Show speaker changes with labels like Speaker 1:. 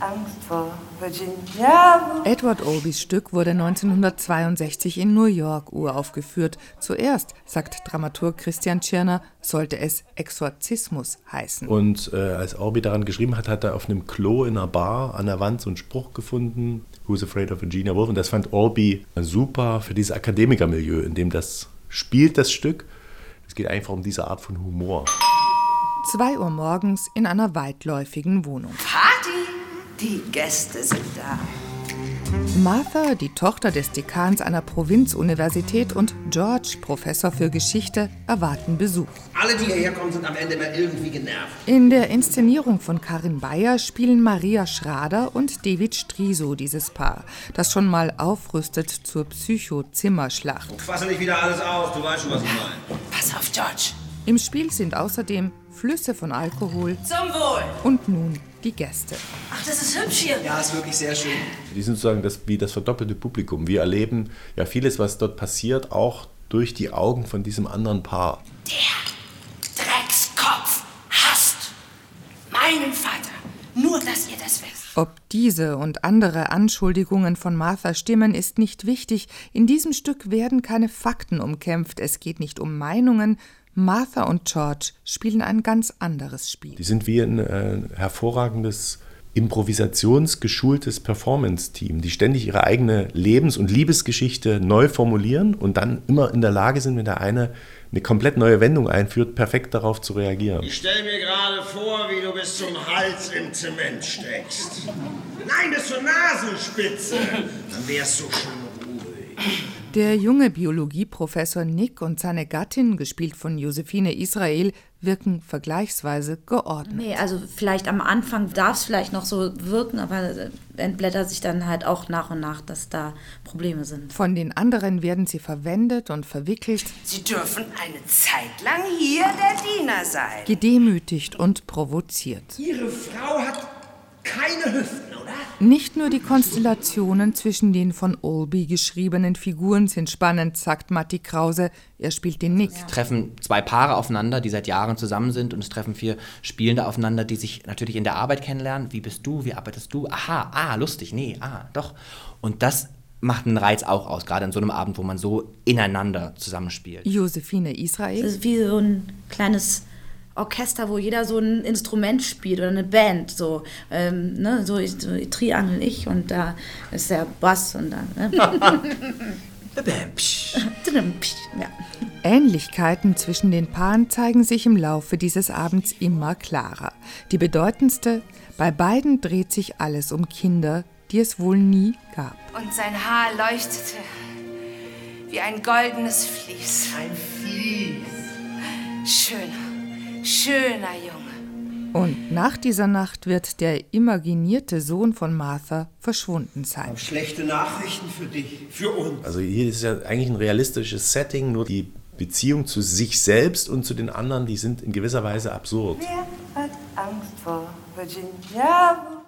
Speaker 1: Angst vor Virginia.
Speaker 2: Edward Orbys Stück wurde 1962 in New York uraufgeführt. Zuerst, sagt Dramaturg Christian Tschirner, sollte es Exorzismus heißen.
Speaker 3: Und äh, als Orbi daran geschrieben hat, hat er auf einem Klo in einer Bar an der Wand so einen Spruch gefunden, Who's Afraid of Virginia Woolf? Und das fand Orbi super für dieses Akademikermilieu, in dem das spielt, das Stück. Es geht einfach um diese Art von Humor.
Speaker 2: 2 Uhr morgens in einer weitläufigen Wohnung.
Speaker 1: Party! Die Gäste sind da.
Speaker 2: Martha, die Tochter des Dekans einer Provinzuniversität und George, Professor für Geschichte, erwarten Besuch.
Speaker 4: Alle, die hierher kommen, sind am Ende immer irgendwie genervt.
Speaker 2: In der Inszenierung von Karin Bayer spielen Maria Schrader und David Striso dieses Paar, das schon mal aufrüstet zur Psycho-Zimmerschlacht.
Speaker 4: Fasse nicht wieder alles aus, du weißt schon, was ich meine.
Speaker 1: Pass auf, George.
Speaker 2: Im Spiel sind außerdem Flüsse von Alkohol
Speaker 1: Zum Wohl.
Speaker 2: und nun die Gäste.
Speaker 1: Ach, das ist hübsch hier.
Speaker 4: Ja, ist wirklich sehr schön.
Speaker 3: Die sind sozusagen das, wie das verdoppelte Publikum. Wir erleben ja vieles, was dort passiert, auch durch die Augen von diesem anderen Paar.
Speaker 1: Der Dreckskopf hasst meinen Vater. Nur, dass ihr das wisst.
Speaker 2: Ob diese und andere Anschuldigungen von Martha stimmen, ist nicht wichtig. In diesem Stück werden keine Fakten umkämpft. Es geht nicht um Meinungen. Martha und George spielen ein ganz anderes Spiel.
Speaker 3: Die sind wie ein äh, hervorragendes improvisationsgeschultes Performance-Team, die ständig ihre eigene Lebens- und Liebesgeschichte neu formulieren und dann immer in der Lage sind, wenn der eine eine komplett neue Wendung einführt, perfekt darauf zu reagieren.
Speaker 4: Ich stell mir gerade vor, wie du bis zum Hals im Zement steckst. Nein, bis zur Nasenspitze. Dann wärst du schon ruhig.
Speaker 2: Der junge Biologieprofessor Nick und seine Gattin, gespielt von Josephine Israel, wirken vergleichsweise geordnet.
Speaker 5: Nee, also vielleicht am Anfang darf es vielleicht noch so wirken, aber äh, entblättert sich dann halt auch nach und nach, dass da Probleme sind.
Speaker 2: Von den anderen werden sie verwendet und verwickelt,
Speaker 1: Sie dürfen eine Zeit lang hier der Diener sein.
Speaker 2: gedemütigt und provoziert.
Speaker 4: Ihre Frau hat keine Hüften, oder?
Speaker 2: Nicht nur die Konstellationen zwischen den von Olby geschriebenen Figuren sind spannend, sagt Matti Krause. Er spielt den Nick.
Speaker 6: treffen zwei Paare aufeinander, die seit Jahren zusammen sind, und es treffen vier Spielende aufeinander, die sich natürlich in der Arbeit kennenlernen. Wie bist du? Wie arbeitest du? Aha, ah, lustig, nee, ah, doch. Und das macht einen Reiz auch aus, gerade an so einem Abend, wo man so ineinander zusammenspielt.
Speaker 2: Josephine
Speaker 5: Es
Speaker 2: Israel.
Speaker 5: ist wie so ein kleines Orchester, wo jeder so ein Instrument spielt oder eine Band, so, ähm, ne, so, ich, so Triangel ich und da ist der Bass und dann,
Speaker 4: Bäm, psch.
Speaker 5: ne? ja.
Speaker 2: Ähnlichkeiten zwischen den Paaren zeigen sich im Laufe dieses Abends immer klarer. Die bedeutendste, bei beiden dreht sich alles um Kinder, die es wohl nie gab.
Speaker 1: Und sein Haar leuchtete wie ein goldenes Vlies. Ein Vlies. Schöner, schöner Junge.
Speaker 2: Und nach dieser Nacht wird der imaginierte Sohn von Martha verschwunden sein.
Speaker 4: Schlechte Nachrichten für dich, für uns.
Speaker 3: Also hier ist ja eigentlich ein realistisches Setting, nur die Beziehung zu sich selbst und zu den anderen, die sind in gewisser Weise absurd.
Speaker 1: Wer hat Angst vor Virginia?